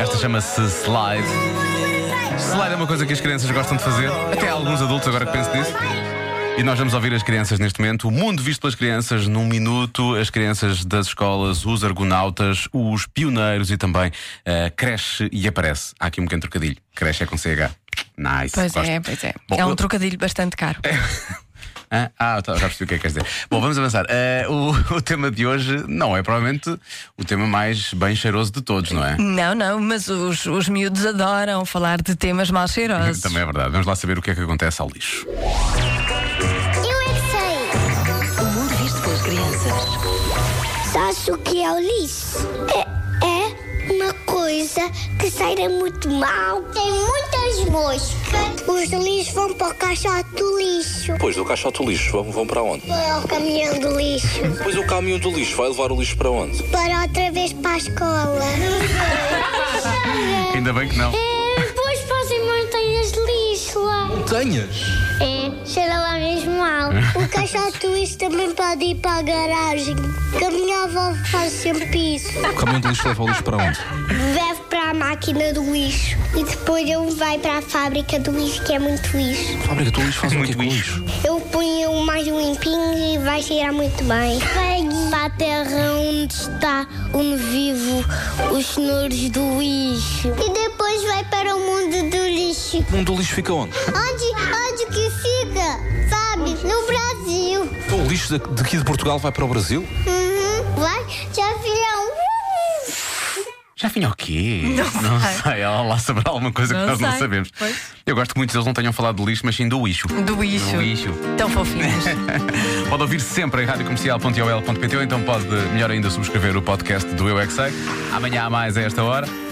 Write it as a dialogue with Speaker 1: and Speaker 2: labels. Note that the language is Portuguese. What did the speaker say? Speaker 1: Esta chama-se slide. Slide é uma coisa que as crianças gostam de fazer, até alguns adultos agora que penso nisso. E nós vamos ouvir as crianças neste momento. O mundo visto pelas crianças num minuto, as crianças das escolas, os argonautas, os pioneiros e também eh, cresce e aparece. Há aqui um pequeno trocadilho. Cresce é com CH. Nice.
Speaker 2: Pois
Speaker 1: gosto.
Speaker 2: é, pois é.
Speaker 1: Bom,
Speaker 2: é um
Speaker 1: eu- É.
Speaker 2: trocadilho bastante caro.
Speaker 1: Hã? Ah, tá, já percebi o que é que queres dizer. Bom, vamos avançar. Eh, o, o tema de hoje não é provavelmente o tema mais bem cheiroso de todos, não é?
Speaker 2: Não, não, mas os, os miúdos adoram falar de temas mal cheirosos.
Speaker 1: Também é verdade. Vamos lá saber o que é que acontece ao lixo.
Speaker 3: Eu é que sei.
Speaker 4: O mundo visto pelas crianças.
Speaker 3: Sabes o que é o lixo? É, é uma coisa que cheira muito mal. Tem muitas moscas. Os lixos vão para o caixote do lixo.
Speaker 5: Pois, do caixote do lixo, vão, vão para onde?
Speaker 3: Para o caminhão do lixo.
Speaker 5: Pois o caminho do lixo vai levar o lixo para onde?
Speaker 3: Para outra vez para a escola.
Speaker 1: Ainda bem que não.
Speaker 3: É, Depois fazem montanhas de lixo lá.
Speaker 5: Montanhas!
Speaker 3: É, cheira lá mesmo mal. O caixote do lixo também pode ir para a garagem. Que a minha avó faz sempre isso.
Speaker 5: O caminho do lixo leva o lixo para onde?
Speaker 3: Leve para a máquina do lixo e depois eu vai para a fábrica do lixo, que é muito lixo.
Speaker 5: A fábrica do lixo faz
Speaker 1: Muito
Speaker 5: muito com o
Speaker 1: lixo.
Speaker 5: lixo.
Speaker 3: Eu ponho mais um limpinho e vai cheirar muito bem. Pegue para a terra onde está, onde vivo, os senhores do lixo. E depois vai para o mundo do lixo.
Speaker 5: O mundo do lixo fica onde?
Speaker 3: Onde, onde que fica? Sabe? No Brasil.
Speaker 5: Então o lixo da- daqui de Portugal vai para o Brasil?
Speaker 3: Uhum. Vai, já viram.
Speaker 1: Já vinha o quê? Não, sei. ela lá saberá alguma coisa que
Speaker 2: Não
Speaker 1: nós não
Speaker 2: sei.
Speaker 1: sabemos.
Speaker 2: Pois.
Speaker 1: Eu gosto que muitos deles não tenham falado de lixo, mas sim do lixo.
Speaker 2: Do lixo.
Speaker 1: Do lixo.
Speaker 2: Tão fofinhos.
Speaker 1: Pode ouvir sempre em radiocomercial.ol.pt ou então pode, melhor ainda, subscrever o podcast do Eu é Que Sei. Amanhã há mais a esta hora.